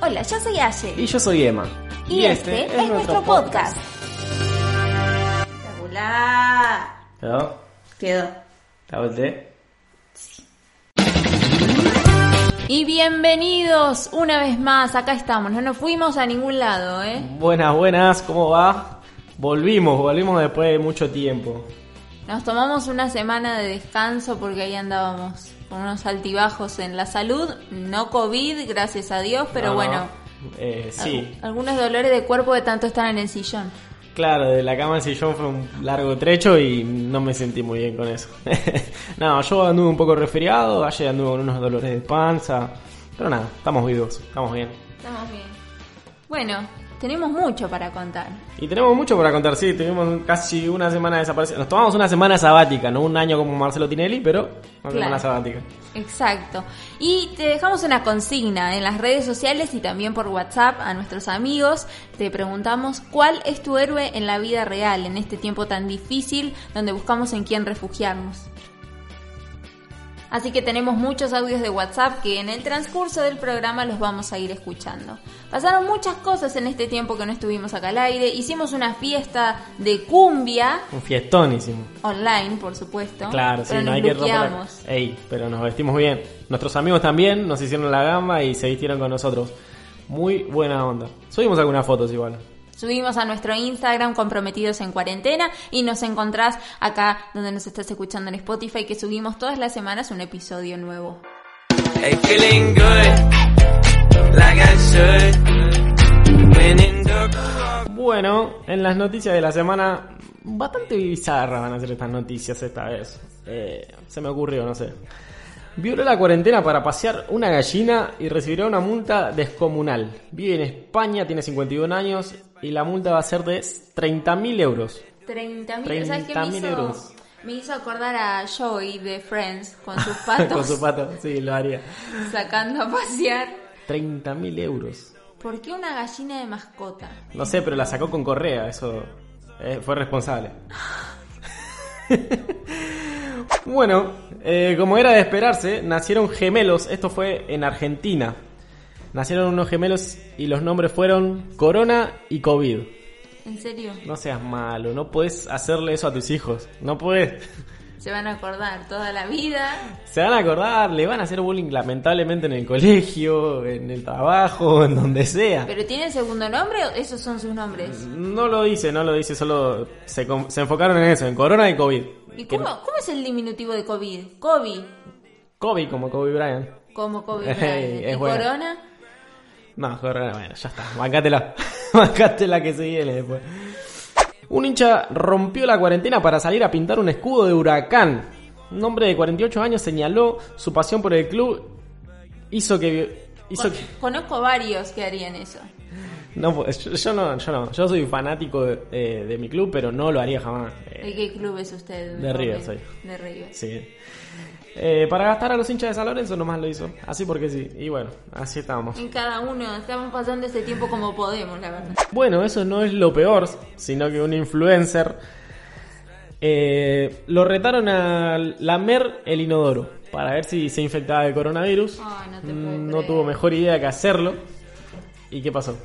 Hola, yo soy Ashe. Y yo soy Emma. Y, este, es, nuestro podcast. Espectacular. ¿Quedó? Quedó. ¿La volteé? Y bienvenidos una vez más, acá estamos, no nos fuimos a ningún lado, ¿eh? Buenas, buenas, ¿cómo va? Volvimos, volvimos después de mucho tiempo. Nos tomamos una semana de descanso porque ahí andábamos con unos altibajos en la salud, no COVID, gracias a Dios, pero No, no. bueno, Ah. Eh, sí, al- algunos dolores de cuerpo de tanto estar en el sillón. claro, de la cama al sillón fue un largo trecho y no me sentí muy bien con eso. no, yo anduve un poco resfriado, ayer anduve con unos dolores de panza, pero nada, estamos vivos, estamos bien. Estamos bien. Bueno, tenemos mucho para contar. Y tenemos mucho para contar, sí, tuvimos casi una semana desaparecida. Nos tomamos una semana sabática, no un año como Marcelo Tinelli, pero una semana sabática. Exacto. Y te dejamos una consigna en las redes sociales y también por WhatsApp a nuestros amigos. Te preguntamos cuál es tu héroe en la vida real, en este tiempo tan difícil donde buscamos en quién refugiarnos. Así que tenemos muchos audios de WhatsApp que en el transcurso del programa los vamos a ir escuchando. Pasaron muchas cosas en este tiempo que no estuvimos acá al aire. Hicimos una fiesta de cumbia Un fiestón hicimos. online, por supuesto. Claro, pero sí, no nos hay que romper. la- luqueamos. Ey, pero nos vestimos bien. Nuestros amigos también nos hicieron la gama y se vistieron con nosotros. Muy buena onda. Subimos algunas fotos igual. Subimos a nuestro Instagram comprometidos en cuarentena y nos encontrás acá donde nos estás escuchando en Spotify que subimos todas las semanas un episodio nuevo. Hey, feeling good, like I should. Winning the Bueno, en las noticias de la semana, bastante bizarras van a ser estas noticias esta vez. Eh, se me ocurrió, no sé. Violó la cuarentena para pasear una gallina y recibirá una multa descomunal. Vive en España, tiene 51 años y la multa va a ser de 30.000 euros. 30.000, ¿sabes qué me 30.000 euros. hizo? Me hizo acordar a Joey de Friends con sus patos Con su pato, sí, lo haría. sacando a pasear. 30.000 euros. ¿Por qué una gallina de mascota? No sé, pero la sacó con correa, eso eh, fue responsable. bueno, eh, como era de esperarse, nacieron gemelos, esto fue en Argentina. Nacieron unos gemelos y los nombres fueron Corona y COVID. ¿En serio? No seas malo, no puedes hacerle eso a tus hijos, no puedes. Se van a acordar toda la vida. Se van a acordar, le van a hacer bullying lamentablemente en el colegio, en el trabajo, en donde sea. ¿Pero tienen segundo nombre o esos son sus nombres? No lo dice, no lo dice, solo se, con- se enfocaron en eso, en corona y COVID. ¿Y Mm, Que- cómo, cómo es el diminutivo de COVID? COVID. Kobe como Kobe Bryant. Como COVID. Ey, es ¿Y buena. corona? No, corona, bueno, ya está, bancátela. bancátela que se viene después. Un hincha rompió la cuarentena para salir a pintar un escudo de huracán. Un hombre de 48 años señaló su pasión por el club, hizo que... Hizo Con- que Conozco varios que harían eso. no, pues, yo, yo no, yo no, yo soy fanático de, eh, de mi club, pero no lo haría jamás. Eh, ¿De qué club es usted? De River soy. De River. Sí. Eh, para gastar a los hinchas de San Lorenzo nomás lo hizo. Así porque sí. Y bueno, así estamos. En cada uno, estamos pasando ese tiempo como podemos, la verdad. Bueno, eso no es lo peor, sino que un influencer eh, lo retaron a lamer el inodoro para ver si se infectaba de coronavirus. Ay, Ah, no te puedo Mm, creer. tuvo mejor idea que hacerlo. ¿Y qué pasó?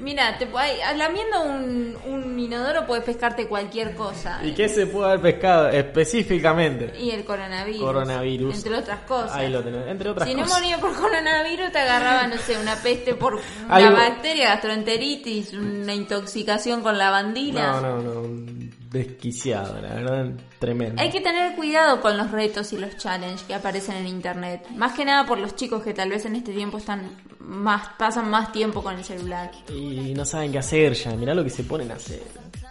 Mira, te, pu- ay, ah, lamiendo un, un inodoro puedes pescarte cualquier cosa. ¿Y qué se pudo haber pescado específicamente? Y el coronavirus. Coronavirus. Entre otras cosas. Ahí lo tenés, entre otras si no cosas. moría por coronavirus, te agarraba, no sé, una peste por una Algo- bacteria, gastroenteritis, una intoxicación con lavandina. No, no, no. un Desquiciado, la verdad, tremendo. Hay que tener cuidado con los retos y los challenges que aparecen en internet. Más que nada por los chicos que tal vez en este tiempo están más, pasan más tiempo con el celular. Y no saben qué hacer ya, mirá lo que se ponen a hacer.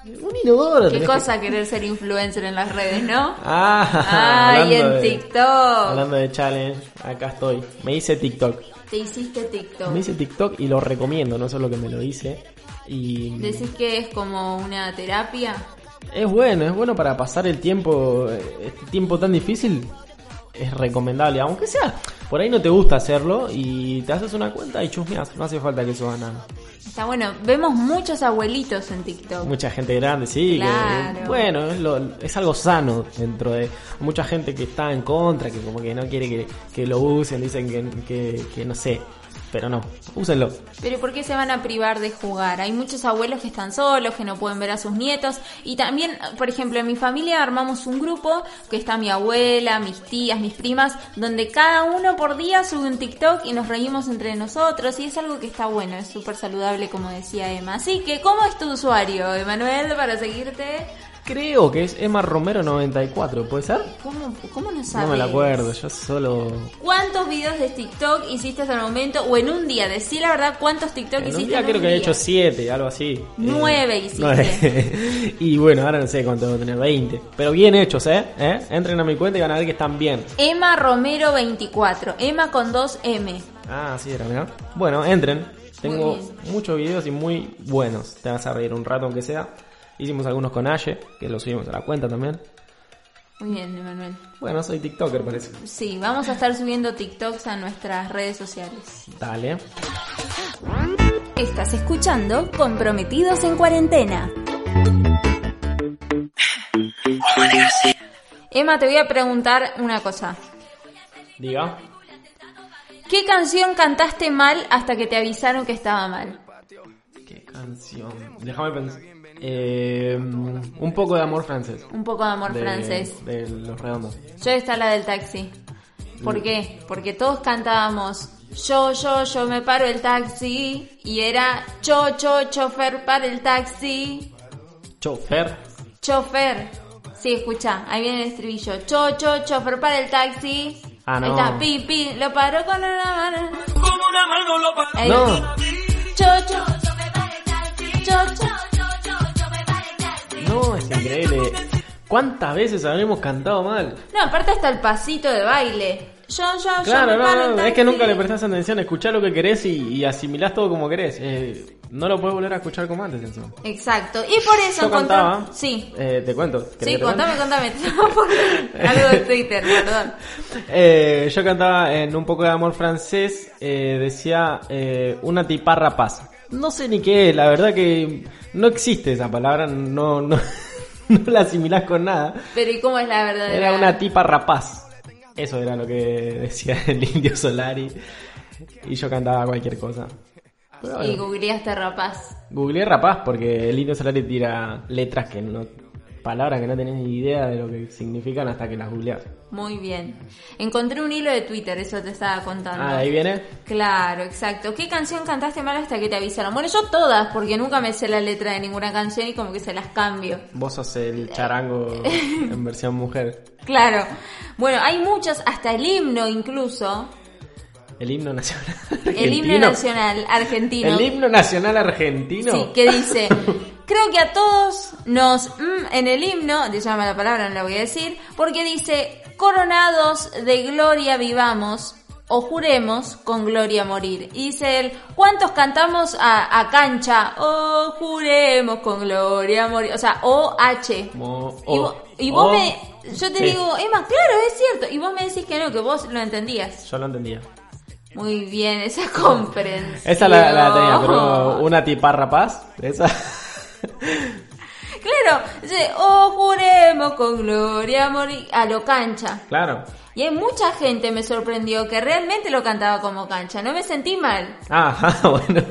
Un inodoro. Qué tenés que- cosa querer ser influencer en las redes, ¿no? Ah, Ay, hablando en de- TikTok. Hablando de challenge, acá estoy. Me hice TikTok. Te hiciste TikTok. Me hice TikTok y lo recomiendo, no solo que me lo hice. Y Decís que es como una terapia. es bueno, es bueno para pasar el tiempo, eh, este tiempo tan difícil. Es recomendable, aunque sea, por ahí no te gusta hacerlo y te haces una cuenta y chusmeas, no hace falta que subas nada. Está bueno, vemos muchos abuelitos en TikTok. Mucha gente grande, sí. que- Claro. bueno, es, lo- es algo sano dentro de mucha gente que está en contra, que como que no quiere que, que lo usen, dicen que, que, que no sé. pero no, úsenlo. Pero ¿por qué se van a privar de jugar? Hay muchos abuelos que están solos, que no pueden ver a sus nietos. Y también, por ejemplo, en mi familia armamos un grupo que está mi abuela, mis tías, mis primas, donde cada uno por día sube un TikTok y nos reímos entre nosotros. Y es algo que está bueno, es súper saludable, como decía Emma. Así que, ¿cómo es tu usuario, Emanuel, para seguirte? Creo que es Emma Romero 94, ¿puede ser? ¿Cómo, cómo no sabes? No me la acuerdo, yo solo... ¿Cuántos videos de TikTok hiciste hasta el momento? O en un día, decí la verdad, ¿cuántos TikTok En hiciste? un día en creo un que he día? hecho 7, algo así. Eh, Nueve hiciste. nueve. y bueno, ahora no sé cuánto debo tener, 20. Pero bien hechos, ¿eh? ¿eh? Entren a mi cuenta y van a ver que están bien. Emma Romero 24, Emma con 2 M. Ah, sí era, mirá. Bueno, entren. Tengo bien. muchos videos y muy buenos. Te vas a reír un rato aunque sea. Hicimos algunos con Aye, que los subimos a la cuenta también. Muy bien, Emanuel. Bueno, soy TikToker, parece. Sí, vamos a estar subiendo TikToks a nuestras redes sociales. Dale. Estás escuchando Comprometidos en Cuarentena. Emma, te voy a preguntar una cosa. Diga. ¿Qué canción cantaste mal hasta que te avisaron que estaba mal? ¿Qué canción? Déjame pensar. Eh, un poco de amor francés. Un poco de amor De- francés. De los redondos. Yo está la del taxi. ¿Por qué? Porque todos cantábamos yo, yo, yo me paro el taxi y era cho, cho, chofer para el taxi. Chofer. Chofer. Sí, escucha, ahí viene el estribillo. Cho, cho, chofer para el taxi. Ah, no. Ahí está, pi, pi, lo paró con una mano. Con una mano lo paró. Ahí. No, Cho, cho, cho, cho. no, es increíble. ¿Cuántas veces habremos cantado mal? No, aparte hasta el pasito de baile. Yo, yo, yo Claro, me no, paro no, el es taxi. que nunca le prestás atención, escuchá lo que querés y, y asimilás todo como querés. Eh, no lo puedes volver a escuchar como antes encima. Exacto, y por eso Yo encontró- cantaba. Sí. Eh, te cuento. ¿querés que Sí, te cuente? contame, contame. Te llamo por algo de Twitter, perdón. Eh, yo cantaba en un poco de amor francés, eh, decía eh, una tiparra pasa. No sé ni qué es, la verdad que no existe esa palabra, no, no, no la asimilás con nada. Pero ¿y cómo es la verdad? Era una tipa rapaz. Eso era lo que decía el indio Solari. Y yo cantaba cualquier cosa. Pero Y bueno, googleaste rapaz. googleé rapaz porque el indio Solari tira letras que no. palabras que no tenés ni idea de lo que significan hasta que las googleás. Muy bien. Encontré un hilo de Twitter, eso te estaba contando. Ah, ahí viene. Claro, exacto. ¿Qué canción cantaste mal hasta que te avisaron? Bueno, yo todas, porque nunca me sé la letra de ninguna canción y como que se las cambio. Vos sos el charango en versión mujer. Claro. Bueno, hay muchas, hasta el himno incluso. El himno nacional. El himno argentino. nacional argentino. El himno nacional argentino. Sí, que dice, creo que a todos nos, mm, en el himno, de llama la palabra, no la voy a decir, porque dice, coronados de gloria vivamos o juremos con gloria morir. Y dice él, ¿cuántos cantamos a, a cancha? O juremos con gloria morir. O sea, O H. Mo- y, vo- o- y vos o- eh, me, yo te sí. digo, Emma, claro, es cierto. Y vos me decís que no, que vos lo entendías. Yo lo entendía. Muy bien, esa comprensión. Esa la, la tenía, pero una tipa rapaz. Esa. Claro, dice, oh, juremos con gloria morir a lo cancha. Claro. Y hay mucha gente me sorprendió que realmente lo cantaba como cancha, no me sentí mal. Ah, bueno.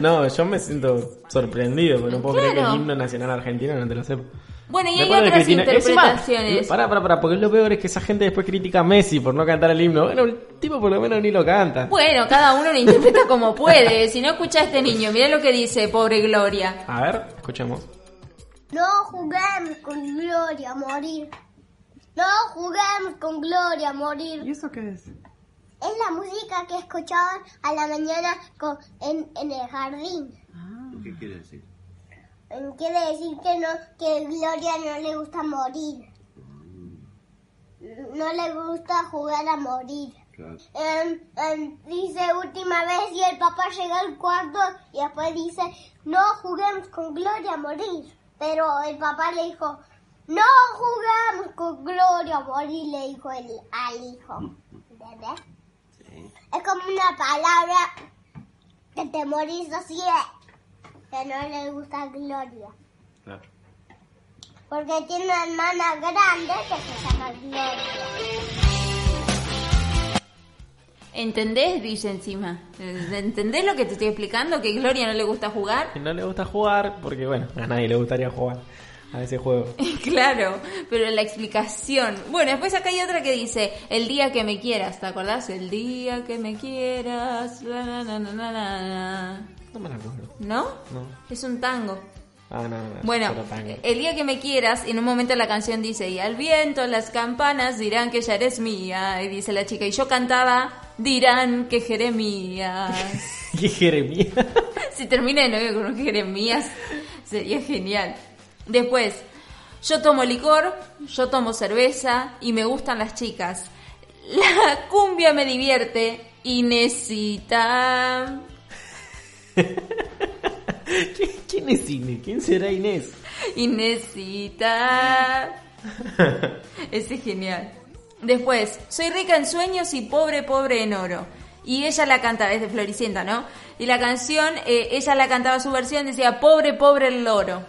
No, yo me siento sorprendido, porque no puedo creer que Claro. el himno nacional argentino no te lo sepa. Bueno, y hay Después de otras Cristina- encima, interpretaciones. Pará, pará, pará, porque lo peor es que esa gente después critica a Messi por no cantar el himno. Bueno, el tipo por lo menos ni lo canta. Bueno, cada uno lo interpreta como puede. Si no escucha a este niño, mirá lo que dice, pobre Gloria. A ver, escuchemos. No juguemos con gloria a morir. No juguemos con gloria a morir. ¿Y eso qué es? Es la música que escuchaban a la mañana con- en, en el jardín. ¿Qué quiere decir? Eh, Quiere decir que no que Gloria no le gusta morir. No le gusta jugar a morir. Mm. Claro. Em, em, dice última vez y el papá llega al cuarto y después dice, no juguemos con Gloria a morir. Pero el papá le dijo, no jugamos con Gloria a morir, le dijo el, al hijo. Mm. ¿Bebé? Es como una palabra que te morís así, eh, que no le gusta Gloria. Claro. Porque tiene una hermana grande que se llama Gloria. ¿Entendés? Dice encima. ¿Entendés lo que te estoy explicando? Que Gloria no le gusta jugar. Que no le gusta jugar porque, bueno, a nadie le gustaría jugar a ese juego. Claro, pero la explicación. Bueno, después acá hay otra que dice, el día que me quieras, ¿te acordás? El día que me quieras. la, la, la, la, la, la. No me la acuerdo. ¿No? No. Es un tango. Ah, no, no. Bueno, eh, pero tan- el día que me quieras, y en un momento la canción dice, y al viento las campanas dirán que ya eres mía, y dice la chica, y yo cantaba, dirán que Jeremías. ¿Qué Jeremías? si termina de novio con un Jeremías, sería genial. Después, yo tomo licor, yo tomo cerveza, y me gustan las chicas. La cumbia me divierte, y necesita... ¿Qui- ¿Quién es Inés? ¿Quién será Inés? Inesita. Ese es genial. Después, soy rica en sueños y pobre, pobre en oro. Y ella la cantaba, es de Floricienta, ¿no? Y la canción, eh, ella la cantaba su versión, decía, pobre, pobre el loro.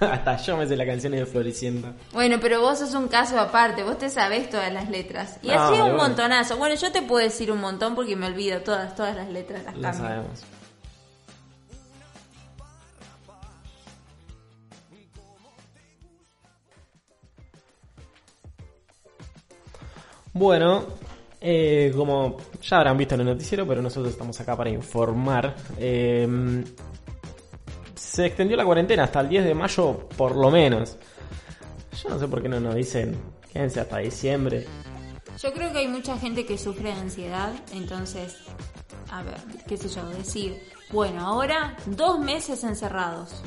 Hasta yo me sé la canción de Floricienta. Bueno, pero vos sos un caso aparte, vos te sabés todas las letras. Y Ah, así un bueno. montonazo. Bueno, yo te puedo decir un montón porque me olvido todas, todas las letras las La cambio. sabemos. Bueno, eh, como ya habrán visto en el noticiero, pero nosotros estamos acá para informar. eh, se extendió la cuarentena hasta el 10 de mayo, por lo menos. Yo no sé por qué no nos dicen, quédense hasta diciembre. Yo creo que hay mucha gente que sufre de ansiedad, entonces, a ver, qué sé yo, decir, bueno, ahora dos meses encerrados.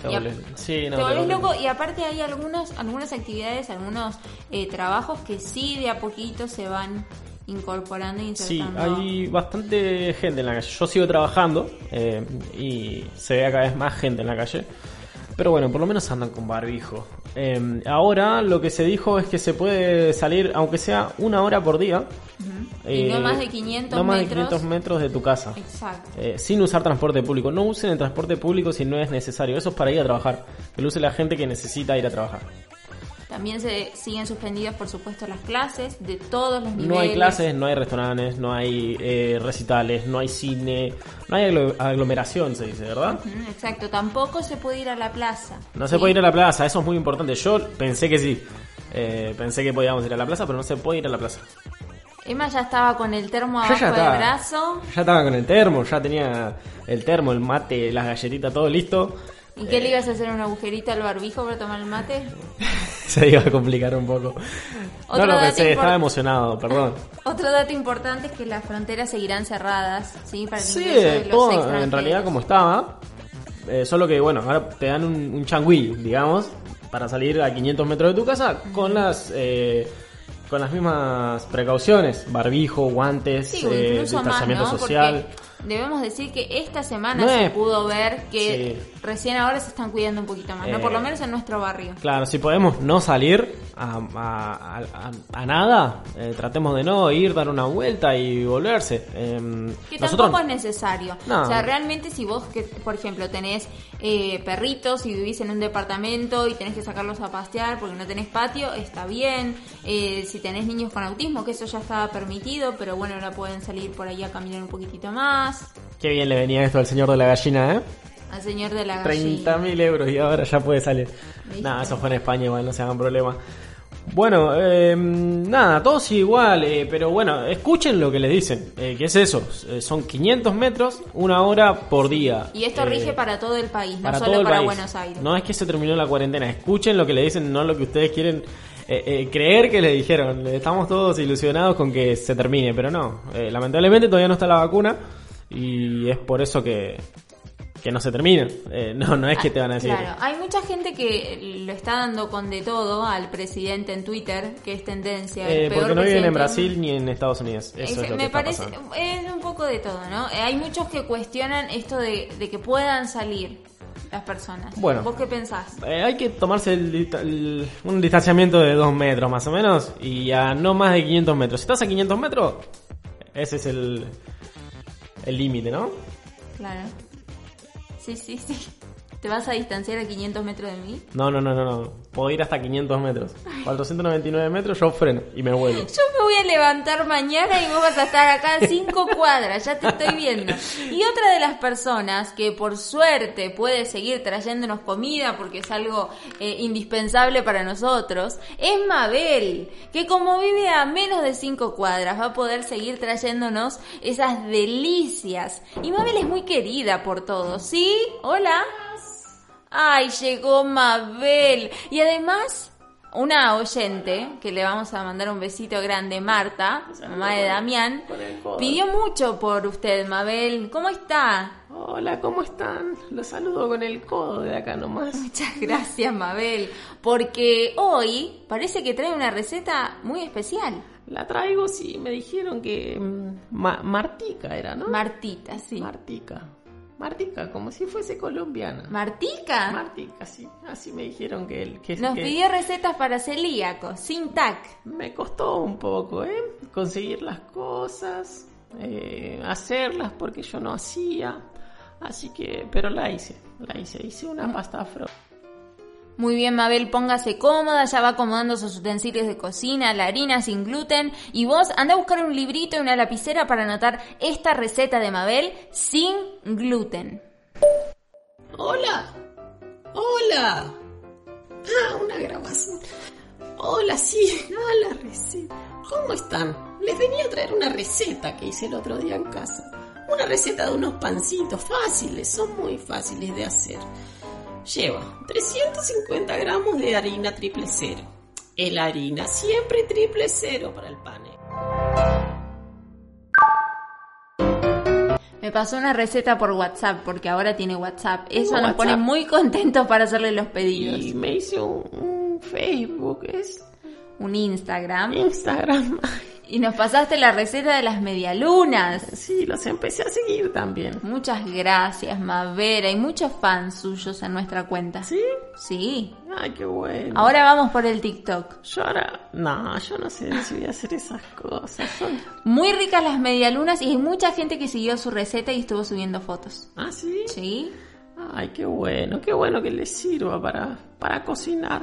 Te Y a- volvés- sí, no, te volvés volvés- loco y aparte hay algunas, algunas actividades, algunos eh, trabajos que sí de a poquito se van incorporando y Sí, insertando. hay bastante gente en la calle. Yo sigo trabajando eh, y se ve cada vez más gente en la calle. Pero bueno, por lo menos andan con barbijo. Eh, ahora lo que se dijo es que se puede salir, aunque sea una hora por día. eh, Y no más de 500 no más de metros. 500 metros de tu casa. Exacto. Eh, sin usar transporte público. No usen el transporte público si no es necesario. Eso es para ir a trabajar. Que lo use la gente que necesita ir a trabajar. También se siguen suspendidas, por supuesto, las clases de todos los niveles. No hay clases, no hay restaurantes, no hay eh, recitales, no hay cine, no hay aglo- aglomeración, se dice, ¿verdad? Mm, Exacto, tampoco se puede ir a la plaza. No se Sí. puede ir a la plaza, eso es muy importante. Yo pensé que sí, eh, pensé que podíamos ir a la plaza, pero no se puede ir a la plaza. Emma ya estaba Ah, con el termo Yo abajo ya del estaba, brazo. ya estaba con el termo, ya tenía el termo, el mate, las galletitas, todo listo. ¿Y Eh. qué le ibas a hacer un agujerito al barbijo para tomar el mate? Se iba a complicar un poco. Otro No lo dato pensé, estaba import- emocionado, perdón. Otro dato importante es que las fronteras seguirán cerradas, ¿sí? Para el Sí, ingreso de los todo en extranjeros. realidad como estaba. eh, solo que, bueno, ahora te dan un, un changüí, digamos, para salir a 500 metros de tu casa con las... eh, con las mismas precauciones, barbijo, guantes, Sí, o eh, incluso más, distanciamiento ¿no? social. Porque debemos decir que esta semana No se es- pudo ver que Sí. recién ahora se están cuidando un poquito más, ¿no? Eh. Por lo menos en nuestro barrio. Claro, si podemos no salir a, a- a- a- a nada, eh, tratemos de no ir, dar una vuelta y volverse. Eh, Que nosotros, tampoco es necesario. No. O sea, realmente si vos, que, por ejemplo, tenés eh, perritos y vivís en un departamento y tenés que sacarlos a pasear porque no tenés patio, está bien. Eh, si tenés niños con autismo, que eso ya estaba permitido, pero bueno, ahora pueden salir por ahí a caminar un poquitito más. Qué bien le venía esto al señor de la gallina, ¿eh? Al señor de la gallina. 30 mil euros y ahora ya puede salir. ¿Viste? Nada, eso fue en España, igual no se hagan problema. Bueno, eh, nada, todo sigue igual, eh, pero bueno, escuchen lo que les dicen. Eh, ¿Qué es eso? Eh, son 500 metros, una hora por día. Y esto Eh, rige para todo el país, no para solo todo el para país. Buenos Aires. No es que se terminó la cuarentena, escuchen lo que le dicen, no lo que ustedes quieren eh, eh, creer que le dijeron. Estamos todos ilusionados con que se termine, pero no. Eh, lamentablemente todavía no está la vacuna y es por eso que, que no se termina. Eh, no, no es que te van a decir. Claro, hay mucha gente que lo está dando con de todo al presidente en Twitter, que es tendencia. el Eh, peor porque no viven presidente en del Brasil mundo. ni en Estados Unidos. Eso Ese- es lo que me está parece pasando. es un poco de todo, ¿no? Eh, Hay muchos que cuestionan esto de, de que puedan salir las personas. Bueno. ¿Vos qué pensás? Eh, hay que tomarse el dista- el- un distanciamiento de 2 metros más o menos y a no más de 500 metros. Si estás a 500 metros, ese es el el límite, ¿no? Claro. Sí, sí, sí. ¿Te vas a distanciar a 500 metros de mí? No, no, no, no, no. Puedo ir hasta 500 metros. 499 metros yo freno y me vuelvo. Yo me voy voy a levantar mañana y vos vas a estar acá a cinco cuadras, ya te estoy viendo. Y otra de las personas que por suerte puede seguir trayéndonos comida porque es algo eh, indispensable para nosotros, es Mabel, que como vive a menos de cinco cuadras va a poder seguir trayéndonos esas delicias. Y Mabel es muy querida por todos, ¿sí? Hola. Ay, llegó Mabel. Y además, una oyente, que le vamos a mandar un besito grande, Marta, mamá de Damián, pidió mucho por usted, Mabel. ¿Cómo está? Hola, ¿cómo están? Los saludo con el codo de acá nomás. Muchas gracias, Mabel. Porque hoy parece que trae una receta muy especial. La traigo, sí, me dijeron que... mm, Ma- Martica era, ¿no? Martita, sí. Martica. Martica, como si fuese colombiana. ¿Martica? Martica, sí. Así me dijeron que... el- que ah. Nos que- pidió recetas para celíacos, sin tac. Me costó un poco, ¿eh? Conseguir las cosas, eh, hacerlas porque yo no hacía. Así que, pero la hice, la hice, hice una pasta afro. Muy bien, Mabel, póngase cómoda, ya va acomodando sus utensilios de cocina, la harina sin gluten. Y vos anda a buscar un librito y una lapicera para anotar esta receta de Mabel sin gluten. Hola. Hola. Ah, una grabación. Hola, sí. Ah, la receta. ¿Cómo están? Les venía a traer una receta que hice el otro día en casa. Una receta de unos pancitos fáciles, son muy fáciles de hacer. Lleva 350 gramos de harina triple cero. El harina siempre triple cero para el pan. ¿eh? Me pasó una receta por WhatsApp, porque ahora tiene WhatsApp. Eso nos WhatsApp. pone muy contentos para hacerle los Y pedidos. me hice un, un Facebook, es Un Instagram. Instagram. Y nos pasaste la receta de las medialunas. Sí, los empecé a seguir también. Muchas gracias, Mabel. Hay muchos fans suyos en nuestra cuenta. ¿Sí? Sí. Ay, qué bueno. Ahora vamos por el TikTok. Yo ahora... No, yo no sé si voy a hacer esas cosas. Son... Muy ricas las medialunas y hay mucha gente que siguió su receta y estuvo subiendo fotos. ¿Ah, sí? Sí. Ay, qué bueno, qué bueno que les sirva para, para cocinar.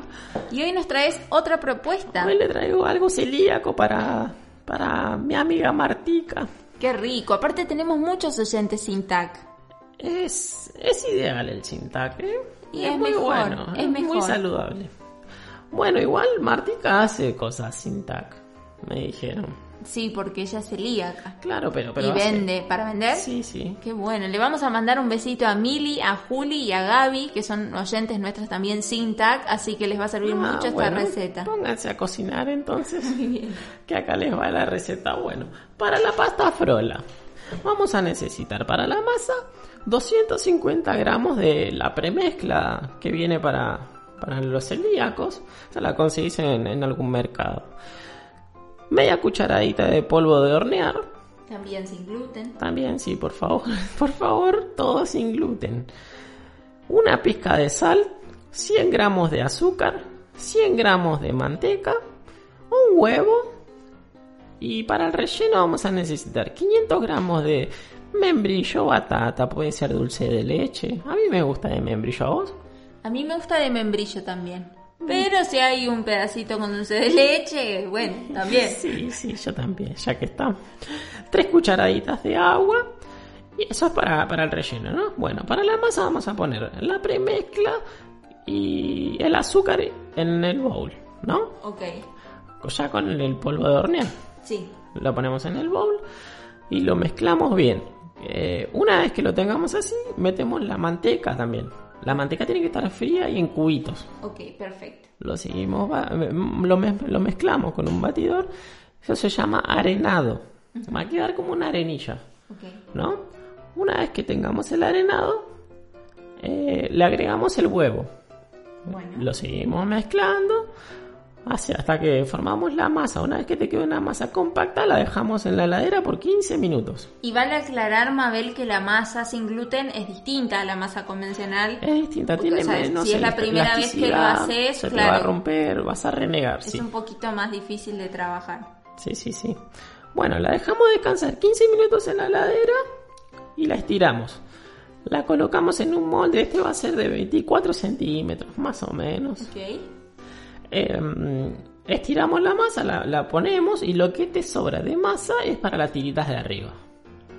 Y hoy nos traes otra propuesta. Hoy le traigo algo celíaco para, para mi amiga Martica. Qué rico. Aparte tenemos muchos oyentes sin TAC. Es, es ideal el sintaque. Y es, es muy mejor, bueno, es es, muy mejor. saludable. Bueno, igual Martica hace cosas sin tac, me dijeron. Sí, porque ella es celíaca. Claro, pero... pero y hace- vende. ¿Para vender? Sí, sí. Qué bueno. Le vamos a mandar un besito a Mili, a Juli y a Gaby, que son oyentes nuestros también sin TAC, así que les va a servir Ah, mucho bueno, esta receta. Pónganse a cocinar entonces. Que acá les va la receta. Bueno, para la pasta frola, vamos a necesitar para la masa 250 gramos de la premezcla que viene para, para los celíacos. Se la conseguís en, en algún mercado. Media cucharadita de polvo de hornear. También sin gluten. También, sí, por favor. Por favor, todo sin gluten. Una pizca de sal, 100 gramos de azúcar, 100 gramos de manteca, un huevo. Y para el relleno vamos a necesitar 500 gramos de membrillo, batata, puede ser dulce de leche. A mí me gusta de membrillo, ¿a vos? A mí me gusta de membrillo también. Mm. Pero si hay un pedacito con dulce de leche, bueno, también. Sí, sí, yo también, ya que estamos. Tres cucharaditas de agua. Y eso es para, para el relleno, ¿no? Bueno, para la masa vamos a poner la premezcla y el azúcar en el bowl, ¿no? Ok, Ya con el polvo de hornear. sí. Lo ponemos en el bowl y lo mezclamos bien. Eh, una vez que lo tengamos así, metemos la manteca también. La manteca tiene que estar fría y en cubitos Ok, perfecto. lo seguimos va- eh, lo, mez- lo mezclamos con un batidor eso se llama arenado va a quedar como una arenilla Ok. ¿no? Una vez que tengamos el arenado, eh, le agregamos el huevo. Lo seguimos mezclando hacia- hasta que formamos la masa. Una vez que te quede una masa compacta, la dejamos en la heladera por 15 minutos. Y vale aclarar, Mabel, que la masa sin gluten es distinta a la masa convencional. Es distinta, Porque, tiene o sea, menos si es la primera vez que lo elasticidad, haces, se te va a claro. romper, vas a renegar. Es sí. un poquito más difícil de trabajar. Sí, sí, sí. Bueno, la dejamos descansar 15 minutos en la heladera y la estiramos. La colocamos en un molde, este va a ser de 24 centímetros, más o menos. Ok. Eh, Estiramos la masa, la, la ponemos y lo que te sobra de masa es para las tiritas de arriba.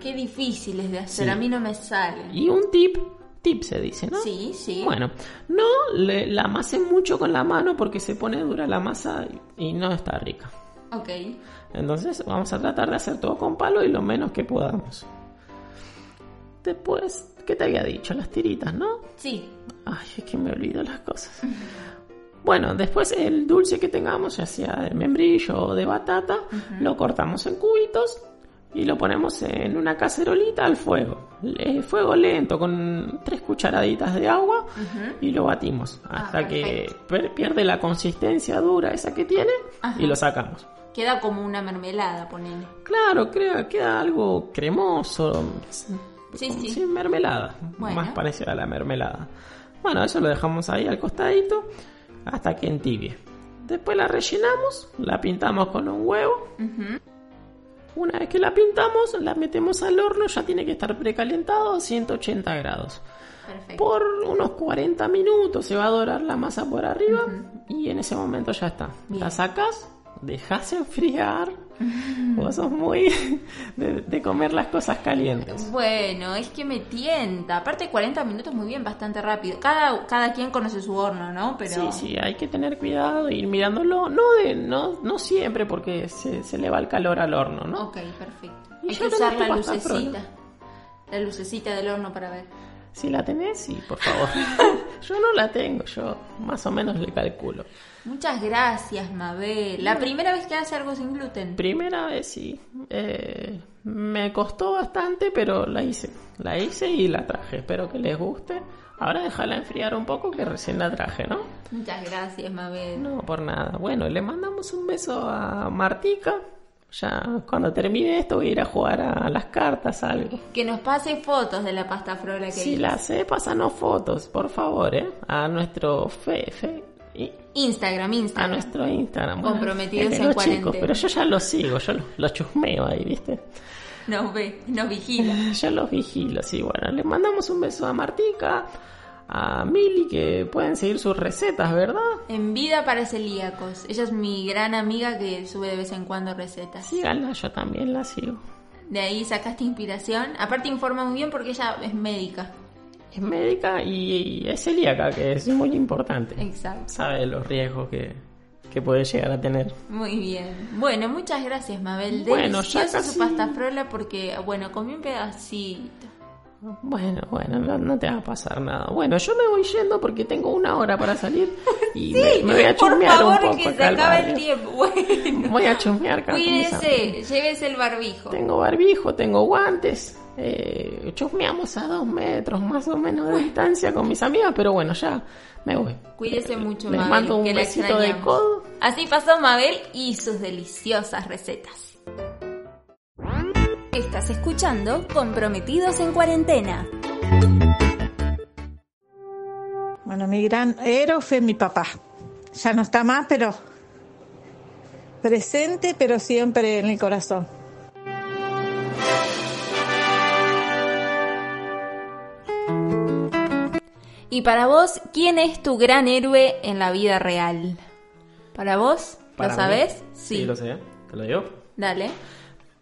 Qué difícil es de hacer, Sí. a mí no me sale. Y un tip, tip se dice, ¿no? Sí, sí. Bueno, no le- la amasen mucho con la mano porque se pone dura la masa y, y no está rica. Ok. Entonces vamos a tratar de hacer todo con palo y lo menos que podamos. Después, ¿qué te había dicho? Las tiritas, ¿no? Sí. Ay, es que me olvido las cosas. Bueno, después el dulce que tengamos, ya sea de membrillo o de batata, lo cortamos en cubitos y lo ponemos en una cacerolita al fuego. Le- fuego lento con tres cucharaditas de agua y lo batimos hasta Ah, que per- pierde la consistencia dura esa que tiene y lo sacamos. Queda como una mermelada, ponele. Claro, creo, queda algo cremoso. Sí, Sin sí. mermelada. Bueno. Más parecido a la mermelada. Bueno, eso lo dejamos ahí al costadito hasta que entibie. Después la rellenamos, la pintamos con un huevo. Una vez que la pintamos, la metemos al horno, ya tiene que estar precalentado a 180 grados. Perfecto. Por unos 40 minutos se va a dorar la masa por arriba y en ese momento ya está. La Bien. sacas, dejas enfriar. Vos sos muy de, de comer las cosas calientes. Bueno, es que me tienta. Aparte, 40 minutos muy bien, bastante rápido. Cada, cada quien conoce su horno, ¿no? Pero... Sí, sí, hay que tener cuidado, ir mirándolo. No, de, no, no siempre porque se, se le va el calor al horno, ¿no? Ok, perfecto. Y Hay ya que tenés usar tu la pasta lucecita. La lucecita del horno para ver. Si la tenés, sí, por favor. yo no la tengo, yo más o menos le calculo. Muchas gracias, Mabel. La primera vez que hace algo sin gluten. Primera vez sí. Eh, me costó bastante, pero la hice. La hice y la traje. Espero que les guste. Ahora déjala enfriar un poco que recién la traje, ¿no? Muchas gracias, Mabel. No, por nada. Bueno, le mandamos un beso a Martica. Ya cuando termine esto voy a ir a jugar a las cartas, algo. Que nos pase fotos de la pasta frola que Si hizo. la sé, pásanos fotos, por favor, ¿eh? A nuestro fe, fe- y- Instagram, a Instagram. nuestro Instagram. Bueno, Comprometidos eh, en los chicos, cuarentena. pero yo ya los sigo, yo los, los chusmeo ahí, ¿viste? Nos ve, nos vigila. Ya los vigilo, sí, bueno, les mandamos un beso a Martica, a Mili, que pueden seguir sus recetas, ¿verdad? En vida para celíacos. Ella es mi gran amiga que sube de vez en cuando recetas. Síganla, yo también la sigo. De ahí sacaste inspiración. Aparte informa muy bien porque ella es médica. Es médica y, y es celíaca, que es muy importante. Exacto. Sabe los riesgos que, que puede llegar a tener. Muy bien. Bueno, muchas gracias, Mabel. Bueno, ya Deliciosa su casi- pasta frola porque, bueno, comí un pedacito. Bueno, bueno, no, no te va a pasar nada. Bueno, yo me voy yendo porque tengo una hora para salir y me, me voy a Por chusmear un favor, poco. que se acá al acaba el barrio. tiempo. Bueno. Voy a chusmear acá con mis amigos. Cuídese, llévese el barbijo. Tengo barbijo, tengo guantes. Eh, chusmeamos a dos metros más o menos de distancia con mis amigas, pero bueno, ya me voy. Cuídese mucho, Les Mabel, mando un que la besito de extrañamos. codo. Así pasó Mabel y sus deliciosas recetas. Estás escuchando Comprometidos en Cuarentena. Bueno, mi gran héroe fue mi papá. Ya no está más, pero presente, pero siempre en el corazón. Y para vos, ¿quién es tu gran héroe en la vida real? ¿Para vos? Para ¿Lo mí- sabés? Sí. lo ¿eh? sé, te lo digo. Dale.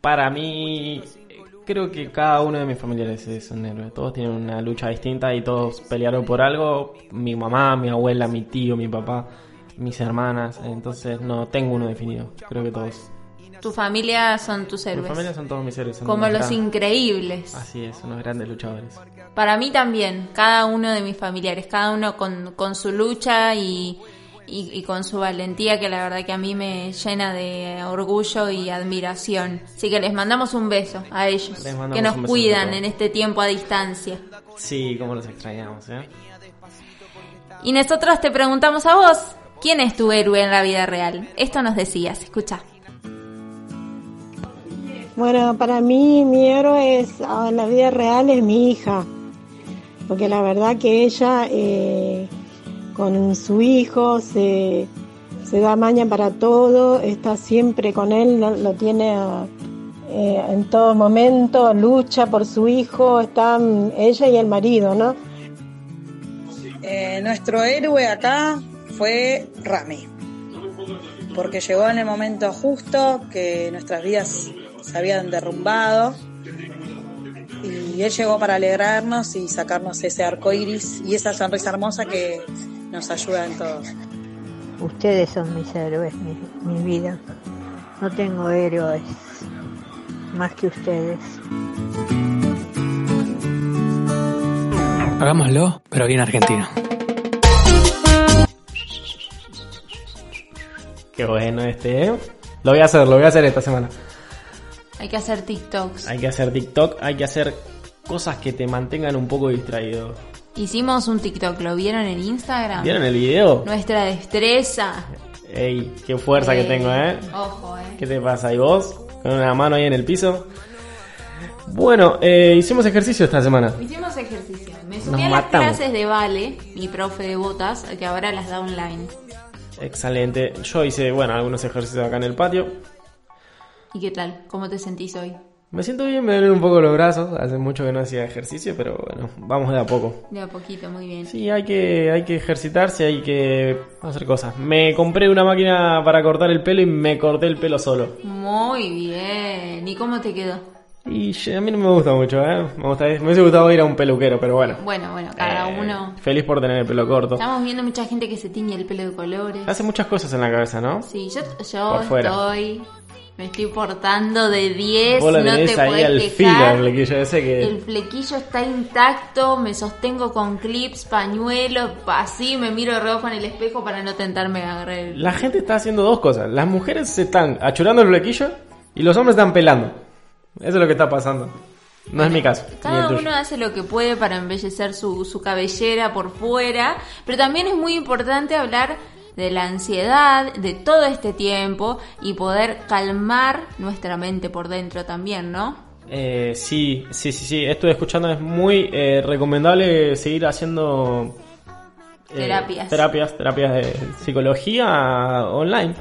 Para mí, eh, creo que cada uno de mis familiares es un héroe. Todos tienen una lucha distinta y todos pelearon por algo. Mi mamá, mi abuela, mi tío, mi papá, mis hermanas. Entonces, no tengo uno definido. Creo que todos. Tu familia son tus Mi héroes. familia son todos mis héroes. son Como unos los gran- Ah, increíbles. Así es, unos grandes luchadores. Para mí también, cada uno de mis familiares, cada uno con, con su lucha y, y- y con su valentía, que la verdad que a mí me llena de orgullo y admiración. Así que les mandamos un beso a ellos, Les mandamos que nos un beso cuidan enorme. en este tiempo a distancia. Sí, como los extrañamos, ¿eh? Y nosotros te preguntamos a vos, ¿quién es tu héroe en la vida real? Esto nos decías, escucha. Bueno, para mí mi héroe es, ah, en la vida real es mi hija, porque la verdad que ella eh, con su hijo se, se da maña para todo, está siempre con él, lo, lo tiene a- eh, en todo momento, lucha por su hijo, están ella y el marido, ¿no? Eh, nuestro héroe acá fue Rami. porque llegó en el momento justo que nuestras vidas se habían derrumbado y él llegó para alegrarnos y sacarnos ese arco iris y esa sonrisa hermosa que nos ayuda en todo. Ustedes son mis héroes, mi, mi vida. No tengo héroes más que ustedes. Hagámoslo, pero bien argentino. Qué bueno este, ¿eh? Lo voy a hacer, lo voy a hacer esta semana. Hay que hacer TikToks. Hay que hacer TikTok, hay que hacer cosas que te mantengan un poco distraído. Hicimos un TikTok, ¿lo vieron en Instagram? ¿Vieron el video? Nuestra destreza. Ey, qué fuerza Ey, que tengo, ¿eh? Ojo, ¿eh? ¿Qué te pasa? ¿Y vos? Con una mano ahí en el piso. Bueno, eh, hicimos ejercicio esta semana. Hicimos ejercicio. Me Nos sumé a las matamos. clases de Vale, mi profe de botas, que ahora las da online. Excelente. Yo hice, bueno, algunos ejercicios acá en el patio. ¿Y qué tal? ¿Cómo te sentís hoy? Me siento bien, me duelen un poco los brazos. Hace mucho que no hacía ejercicio, pero bueno, vamos de a poco. De a poquito, muy bien. Sí, hay que, hay que ejercitarse, hay que hacer cosas. Me compré una máquina para cortar el pelo y me corté el pelo solo. Muy bien. ¿Y cómo te quedó? Y yo- a mí no me gusta mucho, ¿eh? Me, gusta- me hubiese gustado ir a un peluquero, pero bueno. Bueno, bueno, cada Eh, uno. Feliz por tener el pelo corto. Estamos viendo mucha gente que se tiñe el pelo de colores. Hace muchas cosas en la cabeza, ¿no? Sí, yo, yo Ah, Por fuera. estoy. Me estoy portando de 10. Vos lo no te tenés ahí podés al filo, quejar. el flequillo ese que... El flequillo está intacto, me sostengo con clips, pañuelos, así me miro de reojo en el espejo para no tentarme a agarrar el... La gente está haciendo dos cosas. Las mujeres se están achurando el flequillo y los hombres están pelando. Eso es lo que está pasando. No es mi caso. ni el Cada tuyo. uno hace lo que puede para embellecer su, su cabellera por fuera, pero también es muy importante hablar de la ansiedad de todo este tiempo y poder calmar nuestra mente por dentro también, ¿no? Eh, sí, sí, sí, sí. Estuve escuchando, es muy eh, recomendable seguir haciendo... eh, Terapias. Terapias, terapias de psicología online.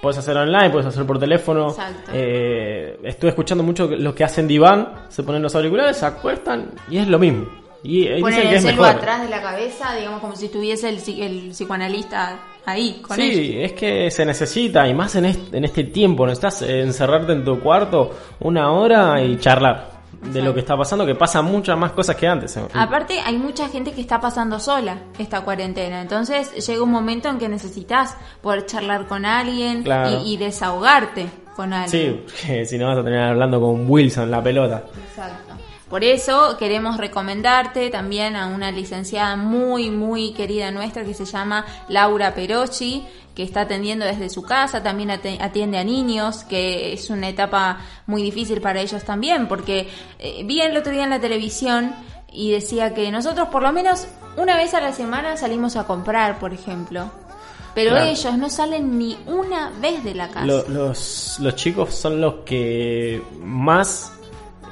Puedes hacer online, puedes hacer por teléfono. Exacto. Eh, estuve escuchando mucho los que hacen diván, se ponen los auriculares, se acuestan y es lo mismo. Y, eh, Poner dicen que el es celu mejor. atrás de la cabeza, digamos como si estuviese el, psi- el psicoanalista ahí con él. Sí, es que se necesita, y más en este, en este tiempo, necesitas eh, encerrarte en tu cuarto una hora y charlar de lo que está pasando, que pasa muchas más cosas que antes. eh, Aparte, hay mucha gente que está pasando sola esta cuarentena. Entonces, llega un momento en que necesitas poder charlar con alguien Claro. y, y desahogarte con alguien. Sí, que si no vas a terminar hablando con Wilson, la pelota. Exacto. Por eso queremos recomendarte también a una licenciada muy, muy querida nuestra que se llama Laura Perochi, que está atendiendo desde su casa, también ate- atiende a niños, que es una etapa muy difícil para ellos también, porque eh, vi el otro día en la televisión y decía que nosotros por lo menos una vez a la semana salimos a comprar, por ejemplo. Pero Claro. ellos no salen ni una vez de la casa. Lo- los, los chicos son los que más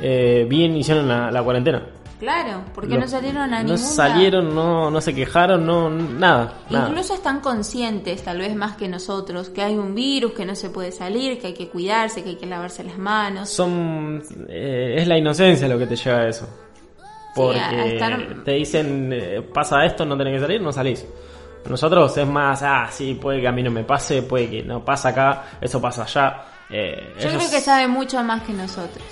eh, bien hicieron la, la cuarentena. Claro, porque no Los- salieron a No ningún lado. salieron, no, no se quejaron, no, nada. nada. Incluso están conscientes, tal vez más que nosotros, que hay un virus, que no se puede salir, que hay que cuidarse, que hay que lavarse las manos. son eh, es la inocencia lo que te lleva a eso porque a- a estar- te dicen eh, pasa esto no tenés que salir no salís nosotros es más ah sí puede que a mí no me pase puede que no pasa acá eso pasa allá eh, Yo ellos- creo que saben mucho más que nosotros.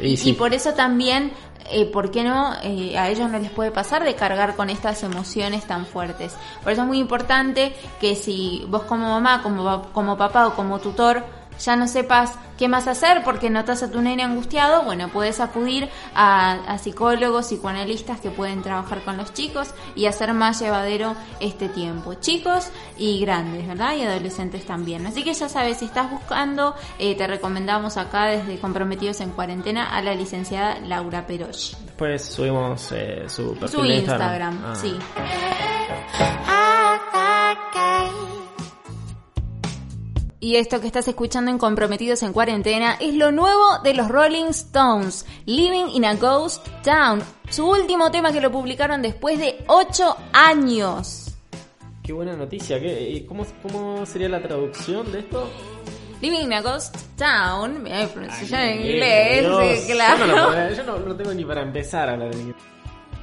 y, sí, Y por eso también, eh, ¿por qué no? eh, a ellos no les puede pasar de cargar con estas emociones tan fuertes. Por eso es muy importante que si vos como mamá, como, pa- como papá o como tutor ya no sepas qué más hacer porque notas a tu nene angustiado, bueno, puedes acudir a, a psicólogos, psicoanalistas que pueden trabajar con los chicos y hacer más llevadero este tiempo. Chicos y grandes, ¿verdad? Y adolescentes también. Así que ya sabes, si estás buscando, eh, te recomendamos acá desde Comprometidos en Cuarentena a la licenciada Laura Perochi. después Pues subimos eh, su perfil Su de Instagram, Ah. sí. Y esto que estás escuchando en Comprometidos en Cuarentena es lo nuevo de los Rolling Stones, Living in a Ghost Town, su último tema que lo publicaron después de 8 años. qué buena noticia ¿qué- y cómo cómo sería la traducción de esto Living in a Ghost Town, mira, pronunciación en Ay, inglés, Dios, eh, claro. yo no, lo podré- yo no- no tengo ni para empezar a hablar en inglés.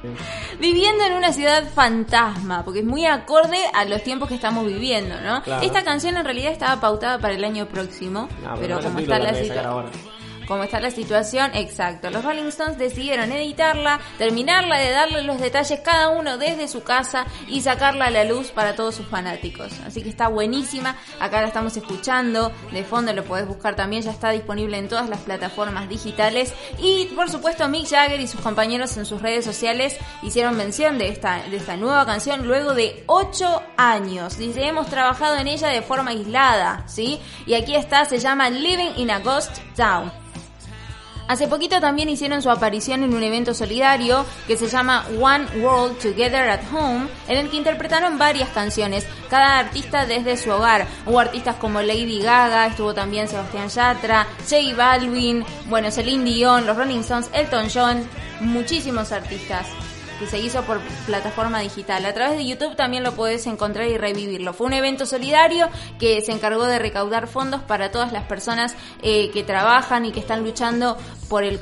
Viviendo en una ciudad fantasma, porque es muy acorde a los tiempos que estamos viviendo, ¿no? Claro. Esta canción en realidad estaba pautada para el año próximo, No, pero, no como es el está título la que voy a sacar situación... ahora. Como está la situación, exacto. Los Rolling Stones decidieron editarla, terminarla de darle los detalles cada uno desde su casa y sacarla a la luz para todos sus fanáticos. Así que está buenísima, acá la estamos escuchando, de fondo lo podés buscar también, ya está disponible en todas las plataformas digitales y por supuesto Mick Jagger y sus compañeros en sus redes sociales hicieron mención de esta, de esta nueva canción luego de 8 años. Dice, hemos trabajado en ella de forma aislada, ¿sí? Y aquí está, se llama Living in a Ghost Town. Hace poquito también hicieron su aparición en un evento solidario que se llama One World Together at Home, en el que interpretaron varias canciones, cada artista desde su hogar. Hubo artistas como Lady Gaga, estuvo también Sebastián Yatra, J Balvin, bueno, Celine Dion, los Rolling Stones, Elton John, muchísimos artistas que se hizo por plataforma digital. A través de YouTube también lo puedes encontrar y revivirlo. Fue un evento solidario que se encargó de recaudar fondos para todas las personas eh, que trabajan y que están luchando por el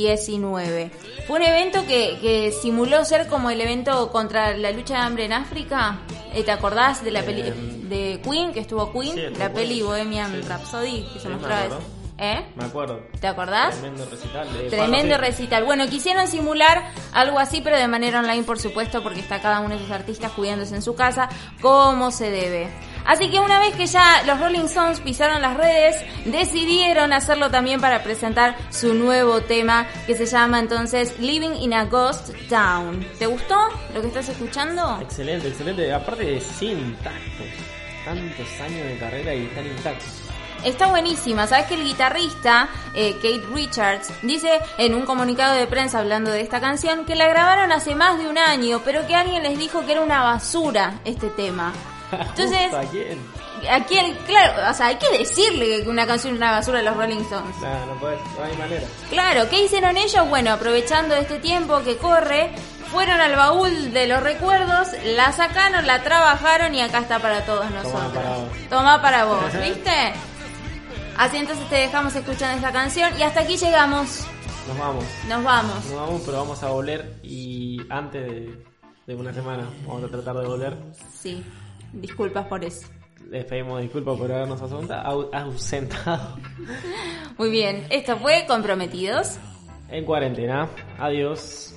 COVID-19. Fue un evento que, que simuló ser como el evento contra la lucha de hambre en África. Eh, ¿Te acordás de la peli de Queen, que estuvo Queen? Eh, sí, estuvo la Queen. peli Bohemian Rhapsody, que se Sí, me mostraba. acuerdo. ¿Eh? Me acuerdo. ¿Te acordás? Tremendo recital. de- Tremendo Sí. recital. Bueno, quisieron simular algo así, pero de manera online, por supuesto, porque está cada uno de sus artistas cuidándose en su casa, como se debe. Así que una vez que ya los Rolling Stones pisaron las redes, decidieron hacerlo también para presentar su nuevo tema, que se llama entonces Living in a Ghost Town. ¿Te gustó lo que estás escuchando? Excelente, excelente. Aparte, sin intactos. Tantos años de carrera y están intactos. Está buenísima. Sabes que el guitarrista, eh, Kate Richards, dice en un comunicado de prensa hablando de esta canción que la grabaron hace más de un año, pero que alguien les dijo que era una basura este tema. Entonces, ¿A quién? ¿a quién? Claro, o sea, hay que decirle que una canción es una basura a los Rolling Stones. No, no podés, no hay manera. Claro, ¿qué hicieron ellos? Bueno, aprovechando este tiempo que corre, fueron al baúl de los recuerdos, la sacaron, la trabajaron y acá está para todos nosotros. para vos. Tomá para vos, ¿viste? Así entonces te dejamos escuchando esta canción y hasta aquí llegamos. Nos vamos. Nos vamos. Nos vamos, pero vamos a volver y antes de, de una semana vamos a tratar de volver. Sí, disculpas por eso. Les pedimos disculpas por habernos ausenta- au- ausentado Muy bien, esto fue Comprometidos. en cuarentena. Adiós.